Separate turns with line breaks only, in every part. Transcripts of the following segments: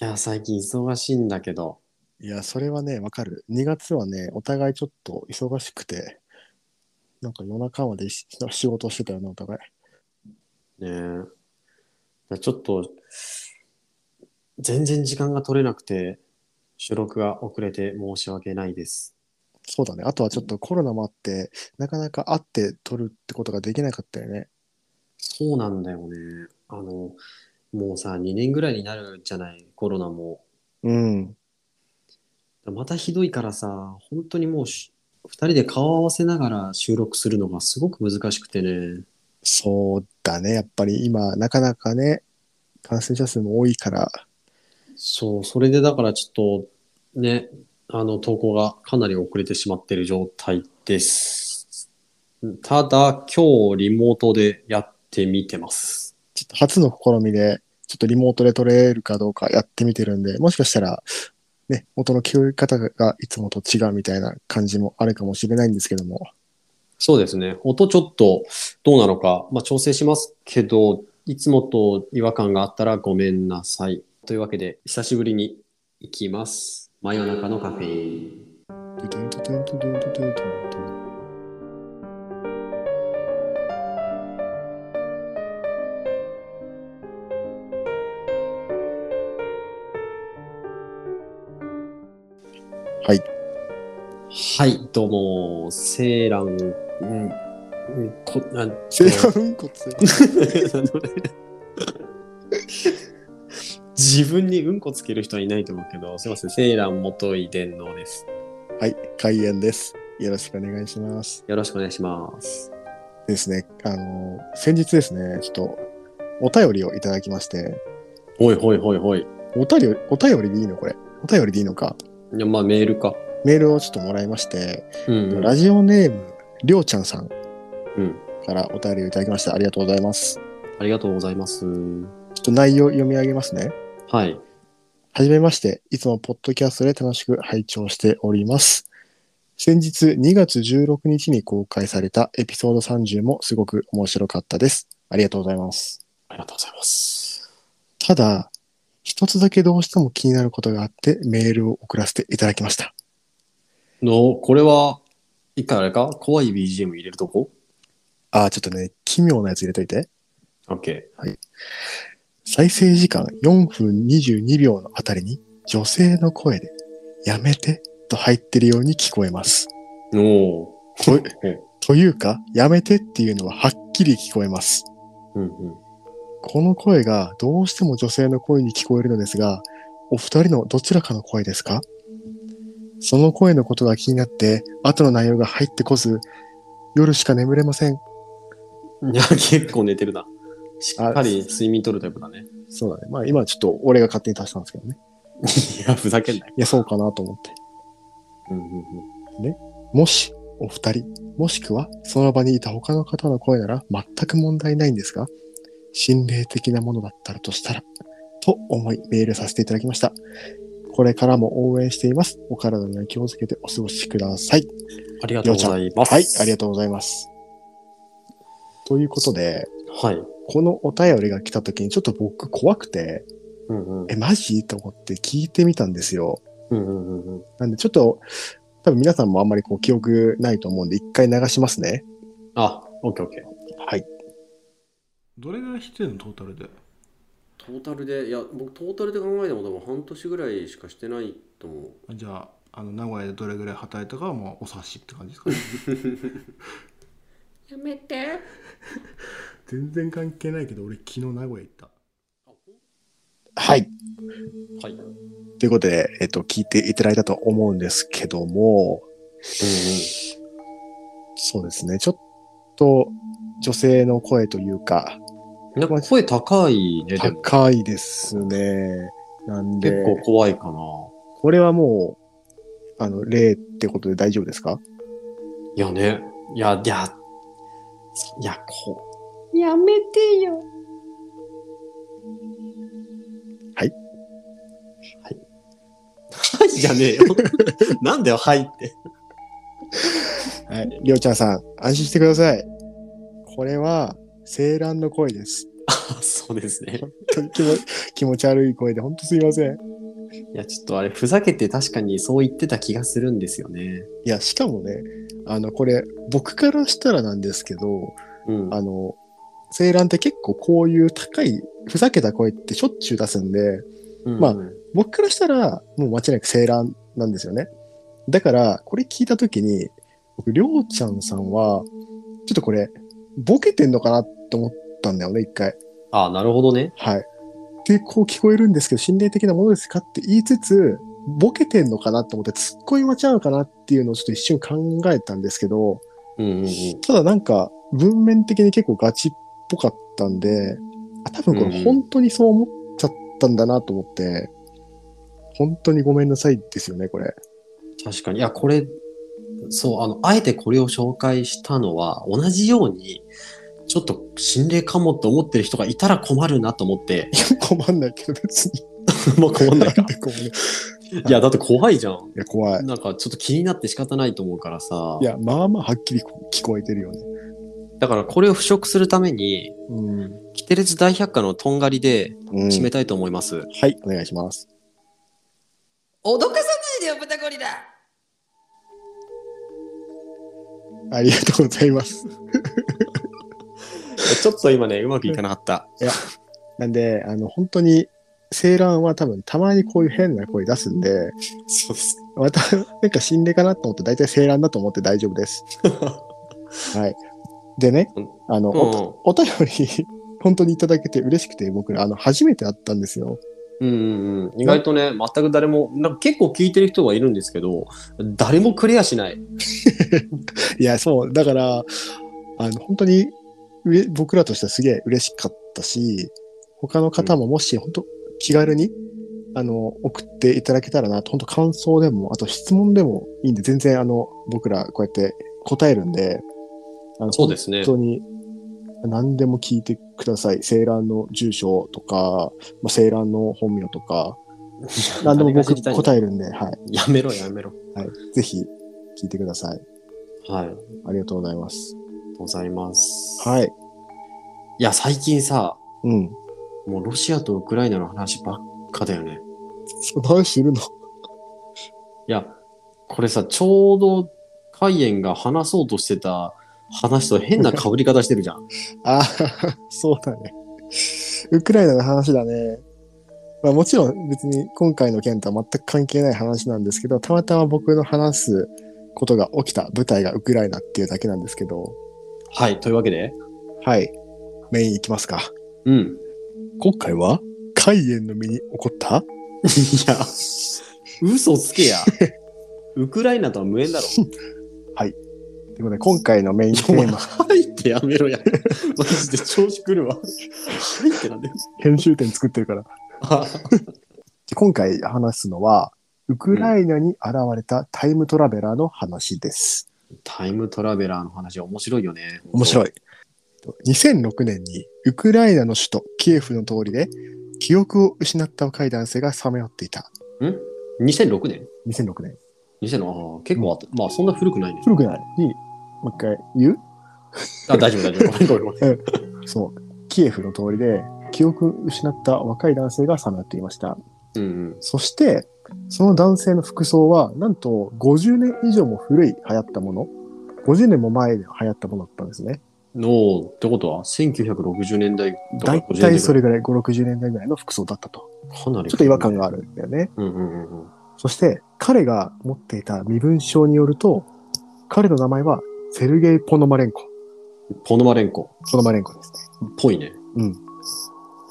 いや、最近忙しいんだけど。
いや、それはね、わかる。2月はね、お互いちょっと忙しくて、なんか夜中までし仕事してたよね、お互い。
ねえ。ちょっと、全然時間が取れなくて、収録が遅れて申し訳ないです。
そうだね。あとはちょっとコロナもあって、なかなか会って撮るってことができなかったよね。
そうなんだよね。あの、もうさ、2年ぐらいになるじゃない、コロナも。
うん。
またひどいからさ、本当にもうし、2人で顔を合わせながら収録するのがすごく難しくてね。
そうだね。やっぱり今、なかなかね、感染者数も多いから、
そう、それでだからちょっと、ね、あの、投稿がかなり遅れてしまっている状態です。ただ、今日リモートでやってみてます。
ちょっと初の試みで、ちょっとリモートで撮れるかどうかやってみてるんで、もしかしたら、ね、元の聞こえ方がいつもと違うみたいな感じもあるかもしれないんですけども。
そうですね。音ちょっとどうなのか、まあ、調整しますけど、いつもと違和感があったらごめんなさい。というわけで、久しぶりに行きます。真夜中のカフェイン。
はい。
はい、どうも、セーラン、うん、うんこ、あ、
セーラーうんこつい
自分にうんこつける人はいないと思うけど、すいません、セーラン元井伝能です。
はい、開演です。よろしくお願いします。
よろしくお願いします。
ですね、あの、先日ですね、ちょっと、お便りをいただきまして、
ほいほいほいほい。
お便り、お便りでいいのこれ。お便りでいいのか。
いやまあメールか。
メールをちょっともらいまして、
うん、うん。
ラジオネーム、りょうちゃんさん
うん。
からお便りをいただきまして、ありがとうございます。
ありがとうございます。
ちょっと内容読み上げますね。
はい。
はじめまして、いつもポッドキャストで楽しく拝聴しております。先日2月16日に公開されたエピソード30もすごく面白かったです。ありがとうございます。
ありがとうございます。
ただ、一つだけどうしても気になることがあってメールを送らせていただきました。
の、これは、一回あれか怖い BGM 入れるとこ
あー、ちょっとね、奇妙なやつ入れといて。
?OK。
再生時間4分22秒のあたりに女性の声で、やめてと入ってるように聞こえます。
おー。
とというか、やめてっていうのははっきり聞こえます。
うんうん。
この声がどうしても女性の声に聞こえるのですが、お二人のどちらかの声ですかその声のことが気になって、後の内容が入ってこず、夜しか眠れません。
いや、結構寝てるな。しっかり睡眠取るタイプだね。
そうだね。まあ今ちょっと俺が勝手に足したんですけどね。
いや、ふざけんなよ。
いや、そうかなと思って。
うんうんうん。
もし、お二人、もしくはその場にいた他の方の声なら全く問題ないんですが、心霊的なものだったらとしたら、と思いメールさせていただきました。これからも応援しています。お体には気をつけてお過ごしください。
ありがとうございます。
はい、ありが
と
とうございます。ということで、
う。はい。
このお便りが来た時にちょっと僕怖くて、
うんうん。
え、マジと思って聞いてみたんですよ。
うんうんうんうん。
なんでちょっと、多分皆さんもあんまりこう記憶ないと思うんで、一回流しますね。
あ、オッケーオッケー。
はい。
どれぐらい弾いてるのトータルで
トータルで、いや、僕トータルで考えても多分半年ぐらいしかしてないと思う。
じゃああの名古屋でどれぐらい働いたかはもうお察しって感じですかね
やめて。
全然関係ないけど俺昨日名古屋行った
はい。
はい。うんうん。
ということで、えっと、聞いていただいたと思うんですけども、そうですね、ちょっと女性の声というか、
なんか声高いね、でも。
高いですね。なんで、
結構怖いかな。
これはもう、あの、例ってことで大丈夫ですか
いやね。いや、いや、いや、こ
やめてよ。
う。はいじゃねえよ。 なんだよ、はいって。
はい。りょうちゃんさん、安心してください。これは、青蘭の声です。
そうですね。
本当に気持気持ち悪い声で、本当すいません。
いや、ちょっとあれ、ふざけて確かにそう言ってた気がするんですよね。
いや、しかもね、あの、これ、僕からしたらなんですけど、
うん。
あの、青蘭って結構こういう高い、ふざけた声ってしょっちゅう出すんで、
うん
まあ僕からしたら、もう間違いなく青蘭なんですよね。だから、これ聞いたときに、僕、りょうちゃんさんは、ちょっとこれ、ボケてんのかなって思ったんだよね、一回。
あ、なるほどね。
はい。で、こう聞こえるんですけど、心霊的なものですかって言いつつ、ボケてんのかなって思って、突っ込み待ちなのかなっていうのをちょっと一瞬考えたんですけど、
うんうんうん。
ただなんか、文面的に結構ガチっぽかったんで、あ、多分
う
こ
ん
れ本当にそう思っちゃったんだなと思って、本当にごめんなさいですよね、これ。
確かに。いや、これ、そう、あの、あえてこれを紹介したのは、同じように、ちょっと心霊かもと思ってる人がいたら困るなと思 って、
困んないけど、別に。
もう困ん ないか。
ごめんい
いや、だって怖いじゃん。
や、怖い。
なんかちょっと気になって仕方ないと思うからさ
い。や、まあまあはっきり聞こえてるよね。
だからこれを払拭するために、
うん。
キテレツ大百科のとんがりで
うん、
締めたいと思います。
はい、お願いします。
脅かさないでよ、豚ゴリラ。
ありがとうございます。
ちょっと今ね、うまくいかなかった。
なんで、あの、本当に、セーラーは多分たまにこういう変な声出すんで、
そうです。
また、なんか心霊かなと思って、大体セーラーだと思って大丈夫です。はい。でね
うん、
あの、お
う
お便り、本当にいただけて嬉しくて、僕ら、あの、初めて会ったんですよ。
んうんうん。意外とね、全く誰も、なんか結構聞いてる人はいるんですけど、誰もクリアしない。
いや、そう、だから、あの、本当に、うれ僕らとしてはすげえ嬉しかったし、他の方ももし、本当気軽に、あの、送っていただけたらなと、本当感想でも、あと質問でもいいんで、全然、あの、僕ら、こうやって答えるんで、あの
そうですね。
本当に何でも聞いてください。セーラーの住所とか、まあ、セーラーの本名とか、何でも僕答えるんで、はい。
え。やめろ、やめろ。
はい、ぜひ聞いてください。
はい。ありがと
ありがとうございます。
うございます。い。
はい。
いや、最近さ、
うん。
もうロシアとウクライナの話ばっかだよね。
その話するの
いや、これさ、ちょうど、カイエンが話そうとしてた話と変な被り方してるじ ゃん。
ああ、 そうだね。ウクライナの話だね。まあ、もちろん別に今回の件とは全く関係ない話なんですけど、たまたま僕の話すことが起きた舞台がウクライナっていうだけなんですけど、
はい、というわけで。
はい。メインいきますか。
うん。
今回は、海縁の身に起こった
いや、嘘つ けや。ウクライナとは無縁だろ。
ということで、今回のメインテ
お前、
ーマ、
入ってやめろ や。マジで調子くるわ。入ってなんだよ。
編集点作ってるから。
あ
で今回話すのは、ウクライナに現れたタイムトラベラーの話です。
タイムトラベラーの話面白いよね。
面白
い。
い。2006年に、ウクライナの首都キエフの通りで、記憶を失った若い男性がさまよっていた。
2006年
2006年。
2006ああ結構あった、まあそんな古くないね。
古くないに、もう一回言う
あ、大丈夫大丈夫。ごめんごめんごめん。
そう。キエフの通りで、記憶を失った若い男性がさまよっていました。
うんうん。
そして、その男性の服装は、なんと50年以上も古い流行ったもの、50年も前で流行ったものだったんですね。
のってことは、1960年代とか
だい
50
たい
年
そ
代
れぐらい、5、60年代ぐらいの服装だったと。
かなり。
ちょっと違和感があるんだよね。
うんうんうんうん。
そして、彼が持っていた身分証によると、彼の名前はセルゲイ・ポノマレンコ。
ポノマレンコ
ポノマレンコですね。
っぽいね。
うん。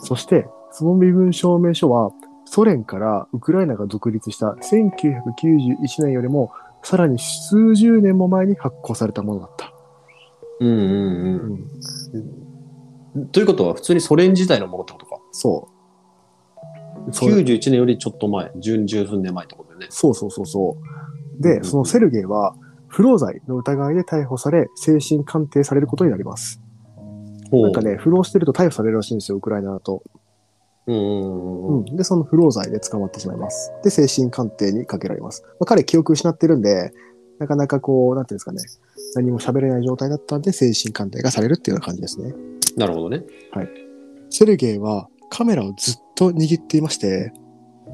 そして、その身分証明書は、ソ連からウクライナが独立した1991年よりも、さらに数十年も前に発行されたものだった。
うんうんうん。ということは、普通にソ連時代のものってことか。
そそう
91年よりちょっと前、10、10分年前ってことだよね。
そうそうそうそ
うん
う。
うんう
で、
ん
そのセルゲイは、不老罪の疑いで逮捕され、精神鑑定されることになります。
ほ
なんかね、不老してると逮捕されるらしいんですよ、ウクライナだと。
うんうんうん
う
うん。
ん、で、その不老罪で捕まってしまいます。で、精神鑑定にかけられます。まあ、彼、記憶失ってるんで、なかなかこう、なんていうんですかね、何も喋れない状態だったんで、精神鑑定がされるっていうような感じですね。
なるほどね。
はい。セルゲイはカメラをずっと握っていまして、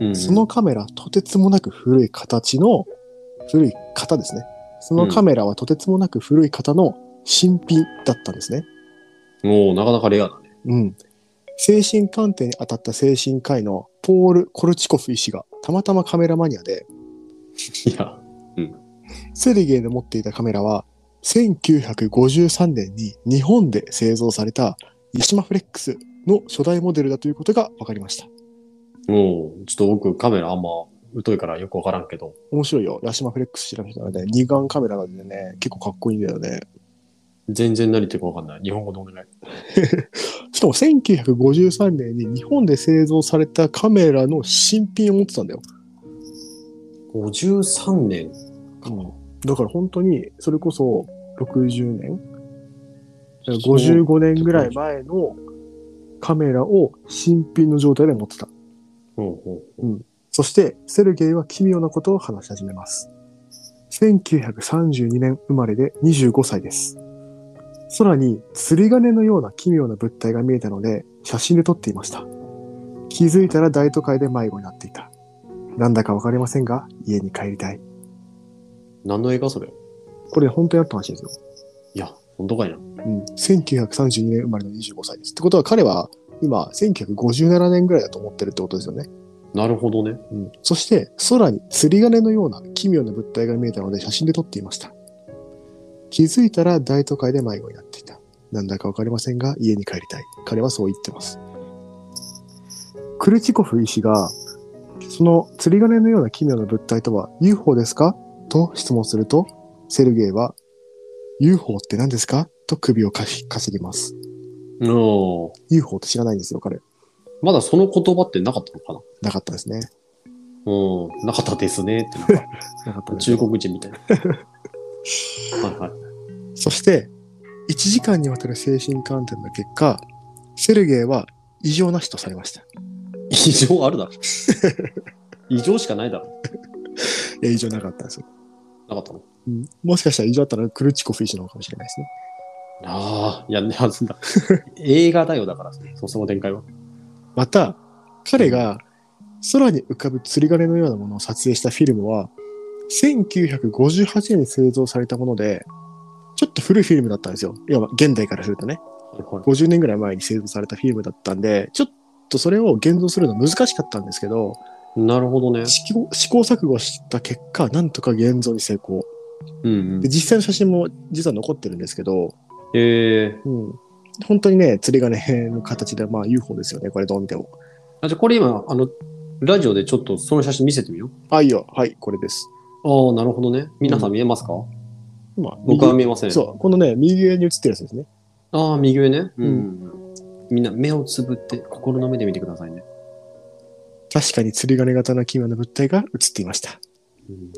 うん
そのカメラ、とてつもなく古い形の、古い型ですね。そのカメラはとてつもなく古い型の新品だったんですね。
もうなかなかレアだね。
うん。精神鑑定に当たった精神科医のポール・コルチコフ医師がたまたまカメラマニアで、
いや。
セルゲイの持っていたカメラは、1953年に日本で製造されたヤシマフレックスの初代モデルだということが分かりました。
もう、ちょっと僕カメラあんま疎いからよくわからんけど。
面白いよ。ヤシマフレックス調べたらね、二眼カメラなんでね、結構かっこいいんだよね。
全然何言ってるかわかんない。日本語でお願い。
しかも1953年に日本で製造されたカメラの新品を持ってたんだよ。
53年。
だから本当に、それこそ60年 ?55 年ぐらい前のカメラを新品の状態で持ってた。
ほうほ
そして、セルゲイは奇妙なことを話し始めます。1932年生まれで25歳です。空に釣り鐘のような奇妙な物体が見えたので、写真で撮っていました。気づいたら大都会で迷子になっていた。なんだかわかりませんが、家に帰りたい。
う。何の映画それ
これ本当にあった話ですよ。
いや、本当かいな。
うん。1932年生まれの25歳です。ってことは彼は今、1957年ぐらいだと思ってるってことですよね。
なるほどね。
うん、そして空に釣り鐘のような奇妙な物体が見えたので写真で撮っていました気づいたら大都会で迷子になっていたなんだかわかりませんが家に帰りたい彼はそう言ってますクルチコフ医師がその釣り鐘のような奇妙な物体とは UFO ですかと質問するとセルゲイは UFO って何ですかと首をかしかしぎます
うん。
UFO って知らないんですよ彼
まだその言葉ってなかったのかな
なかったですね
うん。なかったですね。ってなんか
なかったですね
中国人みたいな。 はいはい。
そして、1時間にわたる精神鑑定の結果、セルゲイは異常なしとされました。
異常あるだろ。異常しかないだろ。
いや、異常なかったんですよ。
なかったの
うん、もしかしたら異常だったらクルチコフ医師の方かもしれないですね。
ああ、いやね、はずん だ。映画だよ、だから、そその展開は。
また、彼が空に浮かぶ釣り鐘のようなものを撮影したフィルムは、1958年に製造されたもので、ちょっと古いフィルムだったんですよ。いや、現代からするとね。
はい
50年ぐらい前に製造されたフィルムだったんで、ちょっとそれを現像するのは難しかったんですけど、
なるほどね。
試行試行錯誤した結果、なんとか現像に成功。
うんうん
で、。実際の写真も実は残ってるんですけど、
ええー。
うん。本当にね、釣り鐘の形で、まあ UFO ですよね、これどう見ても。
あじゃあこれ今、あの、ラジオでちょっとその写真見せてみよ
あ、いいよ。はい、これです。
う。ああ、なるほどね。皆さん見えますか、
まあ、
僕は
右
見えません。
そう、このね、右上に写ってるやつですね。
ああ、右上ね。うんん。みんな目をつぶって、心の目で見てくださいね。
確かに釣り鐘型の奇妙な物体が写っていました。
うん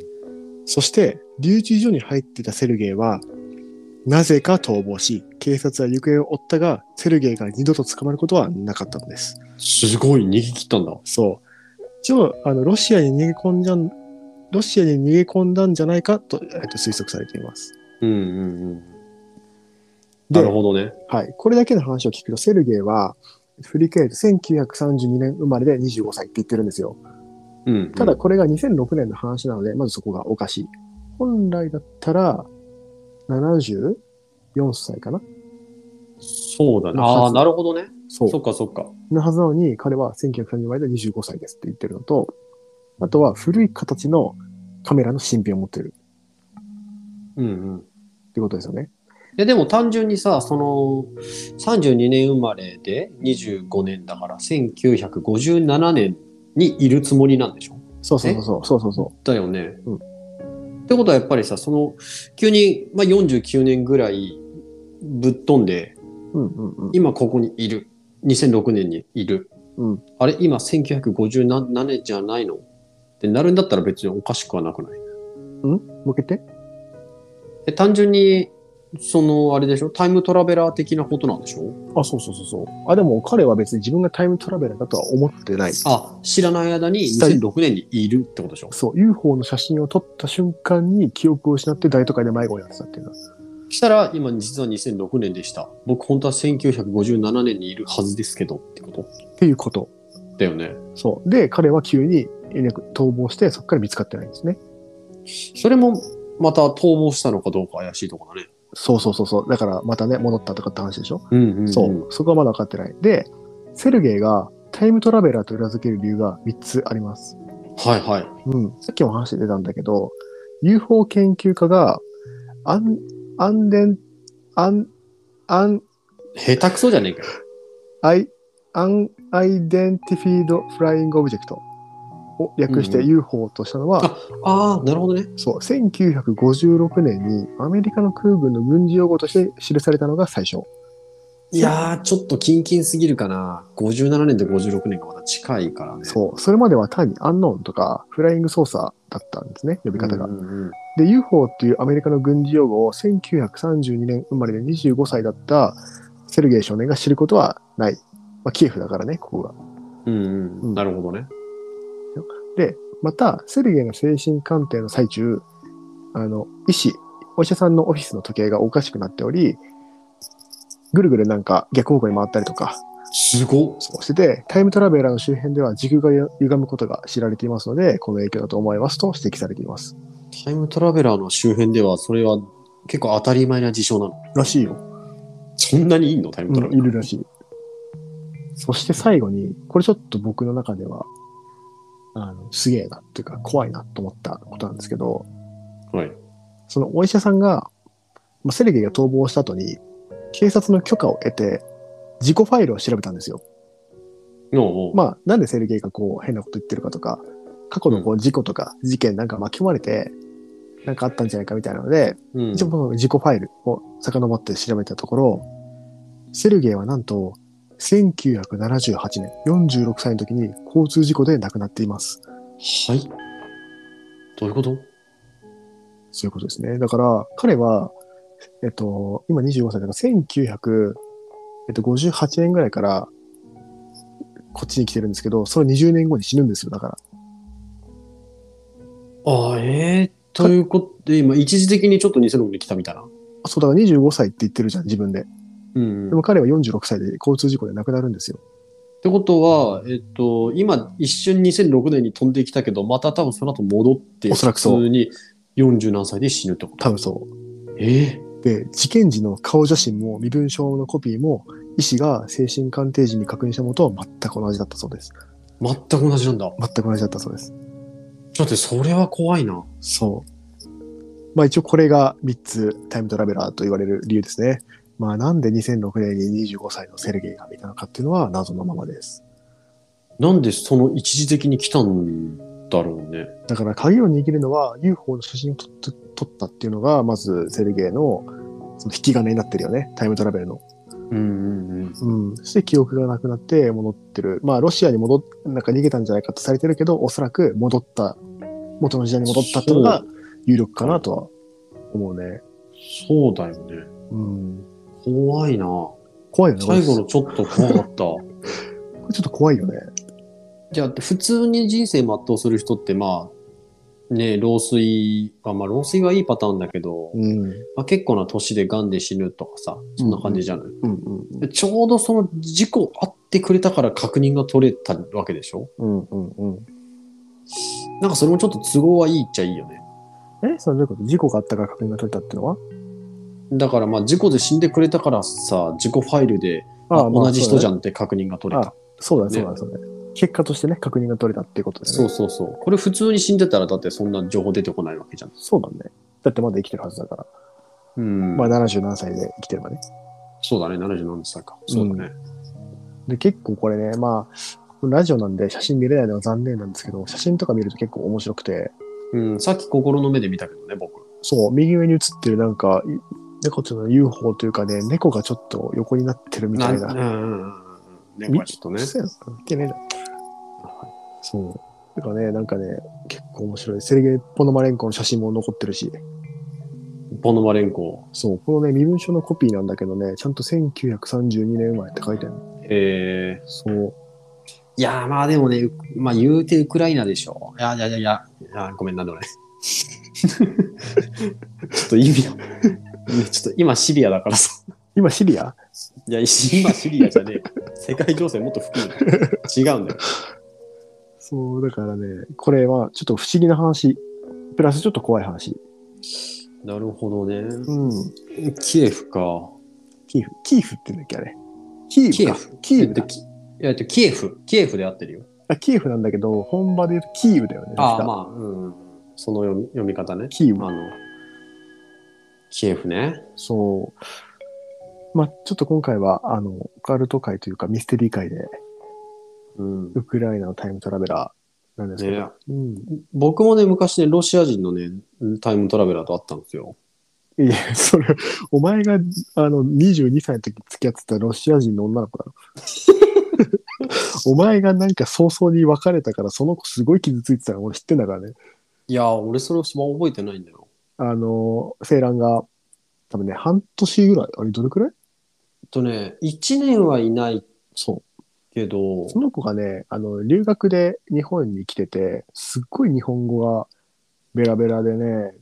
そして、留置所に入っていたセルゲイは、なぜか逃亡し、警察は行方を追ったが、セルゲイが二度と捕まることはなかったのです。
すごい、逃げ切ったんだ。
そう。一応、あの、ロシアに逃げ込んじゃん、ロシアに逃げ込んだんじゃないかと、えっと、推測されています。
うんうんうん。
で
なるほどね。
はい。これだけの話を聞くと、セルゲイは、振り返ると1932年生まれで25歳って言ってるんですよ。
うん、うん。
ただ、これが2006年の話なので、まずそこがおかしい。本来だったら、74歳かな
そうだね。ああ、なるほどね。
そう。
そっかそっか。
なはずなのに、彼は1930年生まれで25歳ですって言ってるのと、あとは古い形のカメラの新品を持ってる
うんうん。
ってことですよね。
えでも単純にさ、その32年生まれで25年だから1957年にいるつもりなんでしょ
そうそうそうそうそうそうそう。
だよね。
うん
ってことはやっぱりさ、その急に、まあ、49年ぐらいぶっ飛んで、
うんうんうん。
今ここにいる。2006年にいる。
うん
あれ今1957年じゃないのってなるんだったら別におかしくはなくない
向けて
え単純に、そのあれでしょタイムトラベラー的なことなんでしょ
あ、そうそうそうそう。あ、でも彼は別に自分がタイムトラベラーだとは思ってない。
あ、知らない間に2006年にいるってことでしょ
そう、UFO の写真を撮った瞬間に記憶を失って大都会で迷子になってたっていうのは。
したら、今実は2006年でした。僕本当は1957年にいるはずですけどってこと
っていうこと。
だよね。
そう。で、彼は急にいなく逃亡して、そこから見つかってないんですね。
それも、また逃亡したのかどうか怪しいとこだね。
そうそうそうそう。だからまたね、戻ったとかって話でしょ。
うんうん、
そう。。そこはまだ分かってない。で、セルゲイがタイムトラベラーと裏付ける理由が3つあります。
はいはい。
うん。さっきも話出たんだけど、UFO 研究家が、アン、アンデン、アン、アン、
下手くそじゃねえかよ。
アイ、アンアイデンティフィードフライングオブジェクトを略し
うん
て
うん
UFO としたのは、
ああ、なるほどね。
そう、1956年にアメリカの空軍の軍事用語として記されたのが最初。
いやー、ちょっとキンキンすぎるかな。57年と56年がまだ近いからね。
そう、それまでは単にアンノーンとかフライングソーサーだったんですね、呼び方が。
うんうんうん
で、UFO っていうアメリカの軍事用語を1932年生まれで25歳だったセルゲイ少年が知ることはない。まあ、キエフだからね、ここが。
うんう、
うんん
なるほどね。
また、セルゲイの精神鑑定の最中、あの、医師、お医者さんのオフィスの時計がおかしくなっており、ぐるぐるなんか逆方向に回ったりとか、
すごっ
そうしてて、タイムトラベラーの周辺では時空が歪むことが知られていますので、この影響だと思いますと指摘されています。
タイムトラベラーの周辺では、それは結構当たり前な事象なの。
らしいよ。
そんなにいいのタイムトラ
うん、
ベラ
い
ー。
るらしい。そして最後に、これちょっと僕の中では、あの、すげえなっていうか怖いなと思ったことなんですけど、
はい。
そのお医者さんが、まあセルゲイが逃亡した後に、警察の許可を得て、自己ファイルを調べたんですよ。
の、
まあ、なんでセルゲイがこう変なこと言ってるかとか、過去のこう事故とか事件なんか巻き込まれて、なんかあったんじゃないかみたいなので、
うん
一応この自己ファイルを遡って調べたところ、セルゲイはなんと、1978年、46歳の時に交通事故で亡くなっています。
はい。どういうこと
そういうことですね。だから、彼は、えっと、今25歳だから、1958年ぐらいから、こっちに来てるんですけど、その20年後に死ぬんですよ、だから。
ああ、ええということで、今、一時的にちょっと2006に来たみたいな。
あそう、だから25歳って言ってるじゃん、自分で。
うん
でも彼は46歳で交通事故で亡くなるんですよ。
ってことは、えっと、今、一瞬2006年に飛んできたけど、また多分その後戻って、
おそらくそう
普通に40何歳で死ぬってこと。
多分そう。
ええ
で、事件時の顔写真も身分証のコピーも、医師が精神鑑定時に確認したものと全く同じだったそうです。
全く同じなんだ。
全く同じだったそうです。
だって、それは怖いな。
そう。まあ一応これが3つタイムトラベラーと言われる理由ですね。まあなんで2006年に25歳のセルゲイが見たのかっていうのは謎のままです。
なんでその一時的に来たんだろうね。
だから鍵を握るのは UFO の写真を撮っ撮ったっていうのが、まずセルゲイのその引き金になってるよね。タイムトラベルの。
うんうんうん。
うん、そして記憶がなくなって戻ってる。まあ、ロシアに戻っ、なんか逃げたんじゃないかとされてるけど、おそらく戻った、元の時代に戻ったっていうのが
そ
有力かなとは思うね。
そうだよね。
うん。
怖いな。
怖いよね。
最後
こ
のちょっと怖かった。
れこれちょっと怖いよね。
じゃあ、普通に人生全うする人って、まあ、ね、老衰は、まあ、老衰はいいパターンだけど、
うん。うん
まあ、結構な年で癌で死ぬとかさ、そんな感じじゃない、
うん
でちょうどその事故あってくれたから確認が取れたわけでしょ
うんうんうん
なんかそれもちょっと都合はいいっちゃいいよね。
えそれどういうこと事故があったから確認が取れたってのは
だからまあ事故で死んでくれたからさ、自己ファイルで、あ
ま
同じ人じゃ
ん。
んって確認が取れた。
そうだね、そうだ
ね
ね、そうだね。結果としてね、確認が取れたっていうことだよ
そ
ね。
うそうそう。これ普通に死んでたらだってそんな情報出てこないわけじゃん。
そうだね。だってまだ生きてるはずだから。
うん。
まあ、77歳で生きてればね。
そうだね、77歳か。そうだね。
で、結構これね、まあ、ラジオなんで写真見れないのは残念なんですけど、写真とか見ると結構面白くて、
うん、さっき心の目で見たけどね、僕。
そう、右上に写ってるなんか、い猫ちゃんの UFO というかね、猫がちょっと横になってるみたいな。
ん
ね、
うんうんうん。猫はちょっとね。
そうやな見てねえなそう。だからね、なんかね、結構面白い。セルゲイ・ポノマレンコの写真も残ってるし、
ポノマレンコ。
そう、このね、身分証のコピーなんだけどね、ちゃんと1932年生まれって書いてある。
えー、
そう。
いやーまあでもね、うまあ言うてウクライナでしょ。いやいやいやいや、いやごめんな、俺。ちょっと意味やちょっと今シリアだからさ。
今シリア
いや、今シリアじゃねえよ。世界情勢もっと含む。違うんだよ。
そう、だからね、これはちょっと不思議な話。プラスちょっと怖い話。
なるほどね。
うん。
キエフか。
キーフ。キーフって言うんだっけあれ。キーフか。キ
え
ー
っ
フ
と、
だ。
きえっと、キエフ。キエフで合ってるよ。
あキーフなんだけど、本場で言うとキーウだよね。
ああ、
確か
まあ、うん。その読み読み方ね。
キー
あ
ウ。
の、キエフね。
そう。まあ、ちょっと今回は、あの、オカルト界というかミステリー界で、
うん。
ウクライナのタイムトラベラーなんですけど、
ね
うん。
僕もね、昔ね、ロシア人のね、タイムトラベラーと会ったんですよ。
いや、それ、お前が、あの、22歳の時付き合ってたロシア人の女の子だろ。お前がなんか早々に別れたから、その子すごい傷ついてたの俺知ってんだからね。
いやー、俺それを覚えてないんだよ。
あの、セイランが、多分ね、半年ぐらい、あれ、どれくらい
えっとね、1年はいない
そ
けど
う。、その子がね、あの、留学で日本に来てて、すっごい日本語がベラベラでね、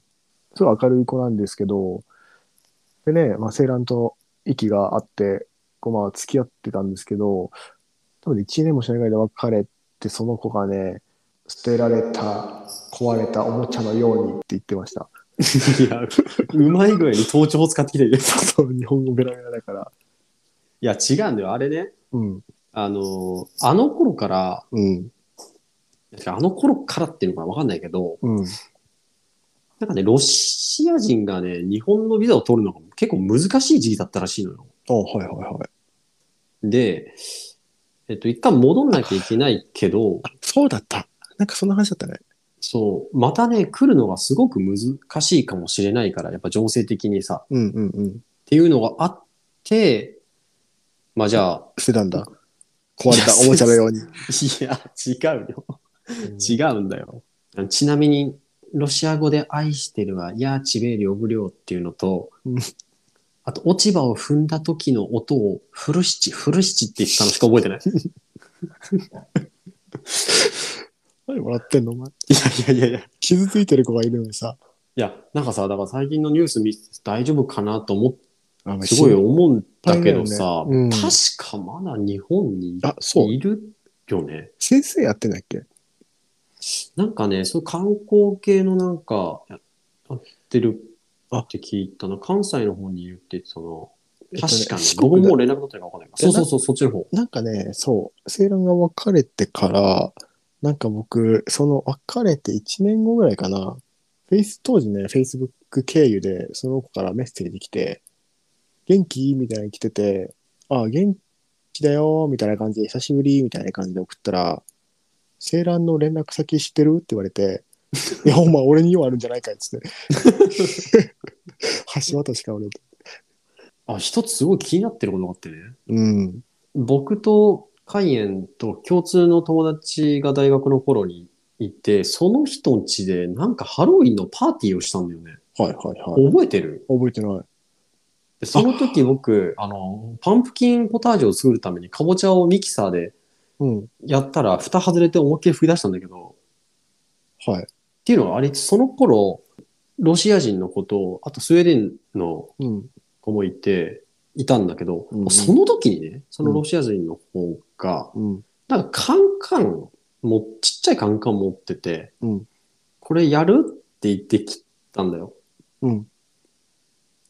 すごい明るい子なんですけど、でね、まあ、セイランと息があって、こうまあ、付き合ってたんですけど、多分ね1年もしないぐらいで別れて、その子がね、捨てられた、壊れたおもちゃのようにって言ってました。
いや、うまい具合に盗聴を使ってきてる。 い
そう、日本語ベラベラだから。
や、違うんだよ。あれね、
うん、
あのーあの頃から、
うん、
あの頃からっていうのかわかんないけど、
うん。
なんかね、ロシア人がね、日本のビザを取るのが結構難しい時期だったらしいのよ。
あ、はいはいはい。
で、えっと、一旦戻んなきゃいけないけど、
そうだった。なんかそんな話だったね。
そう、またね、来るのがすごく難しいかもしれないから、やっぱ情勢的にさ、
うんうんうん。
っていうのがあって、まあじゃあ、
捨てたんだ。壊れたおもちゃのように。
いや、違うよ。違うんだよ。ちなみに、ロシア語で愛してるは、やーちべりょぶりょうっていうのと
うん、
あと、落ち葉を踏んだ時の音を、フルシチ、フルシチって言ったのしか覚えてない。
何笑ってんのお前。
いやいやいやいや。
傷ついてる子がいるのにさ。
いや、なんかさ、だから最近のニュース見てて大丈夫かなと思っ
あ
て、すごい思うんだけど
心配だ
さ
よ、ねうん
確かまだ日本に
あ、そう。
いるよね。
先生やってんだっけ
なんかね、そういう観光系のなんか、ややってるって聞いたな。関西の方にいるって言ってたな。確かに。
四
僕
国
も
だ
う連絡取ってるか分かんないから。そう
え
そうそう、そっちの方。
なんかね、そう、セイランが別れてから、なんか僕、その別れて1年後ぐらいかな、フェイス、当時ね、Facebook 経由で、その子からメッセージ来て、元気みたいに来てて、あ元気だよみたいな感じで、久しぶりみたいな感じで送ったら、セイランの連絡先知ってるって言われて、いや、お前、俺に用あるんじゃないかっつって。 橋渡しか俺。
あ、一つすごい気になってることがあってね。
うん。
僕と海燕と共通の友達が大学の頃にいて、その人ん家でなんかハロウィンのパーティーをしたんだよね。
はいはいはい。
覚えてる
覚えてない。
でその時僕、あの、パンプキンポタージュを作るためにかぼちゃをミキサーで
うん。
やったら蓋外れて思いっきり吹き出したんだけど、
はい。
っていうのはあれ、その頃、ロシア人の子と、あとスウェーデンの
うん。
子もいて、いたんだけど、
うん
その時にね、そのロシア人の子が、
うん。
なんかカンカンも、ちっちゃいカンカン持ってて、
うん
これやるって言ってきたんだよ。
うん。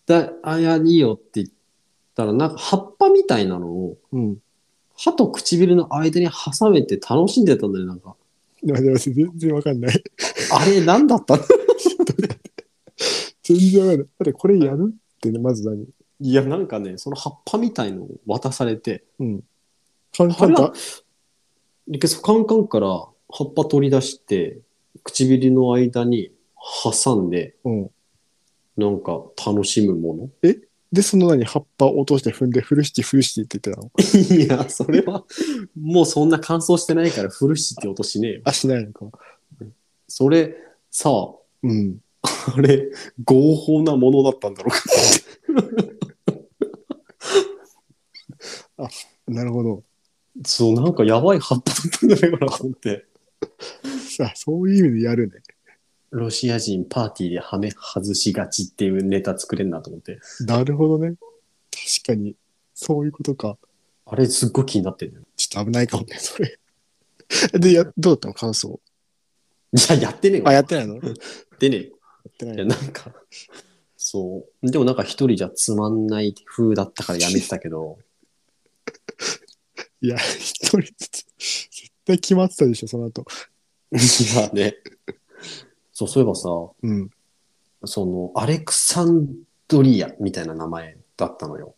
だあ、いや、いいよって言ったら、なんか葉っぱみたいなのを、
うん。
歯と唇の間に挟めて楽しんでたんだよ、なん か。
待って待って全然わかんない。
あれ、なんだったの
全然わかんない。だってこれやるってね、まず何
いや、なんかね、その葉っぱみたいのを渡されて、
うん。カン
あ
カ
れ
ン
は
か、
でそうカンカンから葉っぱ取り出して、唇の間に挟んで、
うん。
なんか楽しむも
で、その何葉っぱを落として踏んで、フルシティ、フルシティって言ってた の
の いや、それは、もうそんな乾燥してないから、フルシって音しねえよ。
あ、しないのか。
それ、さあ、
うん。
あれ、合法なものだったんだろうか。
なるほど。
そう、なんかやばい葉っぱだったんじゃないかなと思って。
さあ、そういう意味でやるね。
ロシア人パーティーでハメ外しがちっていうネタ作れんなと思って。
なるほどね。確かに、そういうことか。
あれすっごい気になってんだよ。
ちょっと危ないかもね、それ。 で、や、どうだったの感想。
いや、やってねえわ。
あ、
や
やってないのや
ってねえよ。
ってない
いや、
の
なんか、 そう。でもなんか一人じゃつまんない風だったからやめてたけど、
いや、一人ずつ。絶対決まってたでしょ、その後。
いや ね。そう、そういえばさ、
うん。
その、アレクサンドリアみたいな名前だったのよ。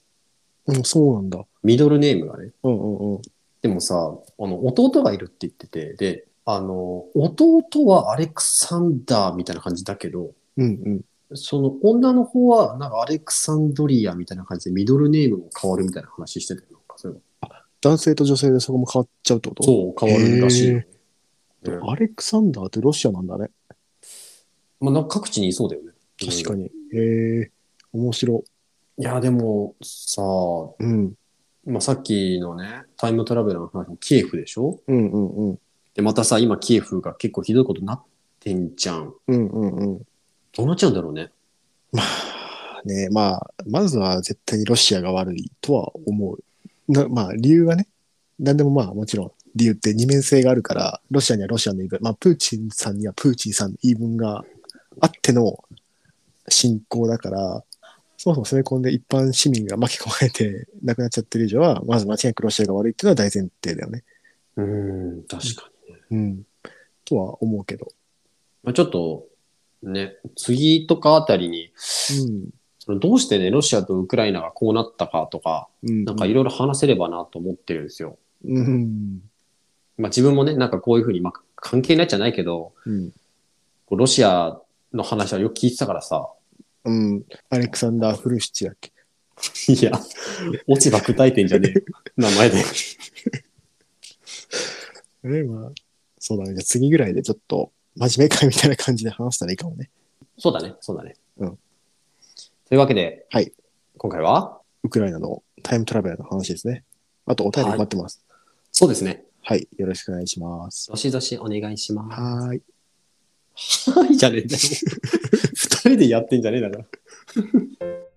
うん、そうなんだ。
ミドルネームがね。
うんうんうん。
でもさ、あの、弟がいるって言ってて、で、あの、弟はアレクサンダーみたいな感じだけど、
うんうん。
その女の方は、なんかアレクサンドリアみたいな感じでミドルネームも変わるみたいな話してたよ。なんかそういうの
男性と女性でそこも変わっちゃうってこと
そう、変わるらしいよね。うん
アレクサンダーってロシアなんだね。
まあ、なんか各地にいそうだよね。
確か
に。
に。へえ、面白。
いや、でも、さあ、
うん。
まあ、さっきのね、タイムトラベラーの話もキエフでしょ
うんうんうん。
で、またさ、今キエフが結構ひどいことになってんじゃん。
うんうんうん。
どうなっちゃうんだろうね。
まあね、まあ、まずは絶対にロシアが悪いとは思う。なまあ、理由がね、何でもまあもちろん理由って二面性があるから、ロシアにはロシアの言い分、まあ、プーチンさんにはプーチンさんの言い分があっての侵攻だから、そもそも攻め込んで一般市民が巻き込まれて 亡くなっちゃってる以上は、まず間違いなくロシアが悪いっていうのは大前提だよね。
うん、確かにね。
うん。とは思うけど。
まあ、ちょっと、ね、次とかあたりに、そのどうしてね、ロシアとウクライナがこうなったかとか、
うん。
なんかいろいろ話せればなと思ってるんですよ。
うん。
まあ、自分もね、なんかこういうふうに、まあ、関係ないじゃないけど、
うん。
こうロシアの話はよく聞いてたからさ、
うん。アレクサンダー・フルシチだっけ。
いや、落ち葉砕いてんじゃ ねえよ。名前で。
えまあ、そうだね。じゃあ次ぐらいでちょっと、真面目会みたいな感じで話したらいいかもね。
そうだね、そうだね。
うん
というわけで、
はい
今回は
ウクライナのタイムトラベラーの話ですね。あと、お便り待ってます。
そうですね。
はい、よろしくお願いします。
どしどしお願いしま
は ーい。
す。はい、じゃねえんだよ。二人でやってんじゃねえだから。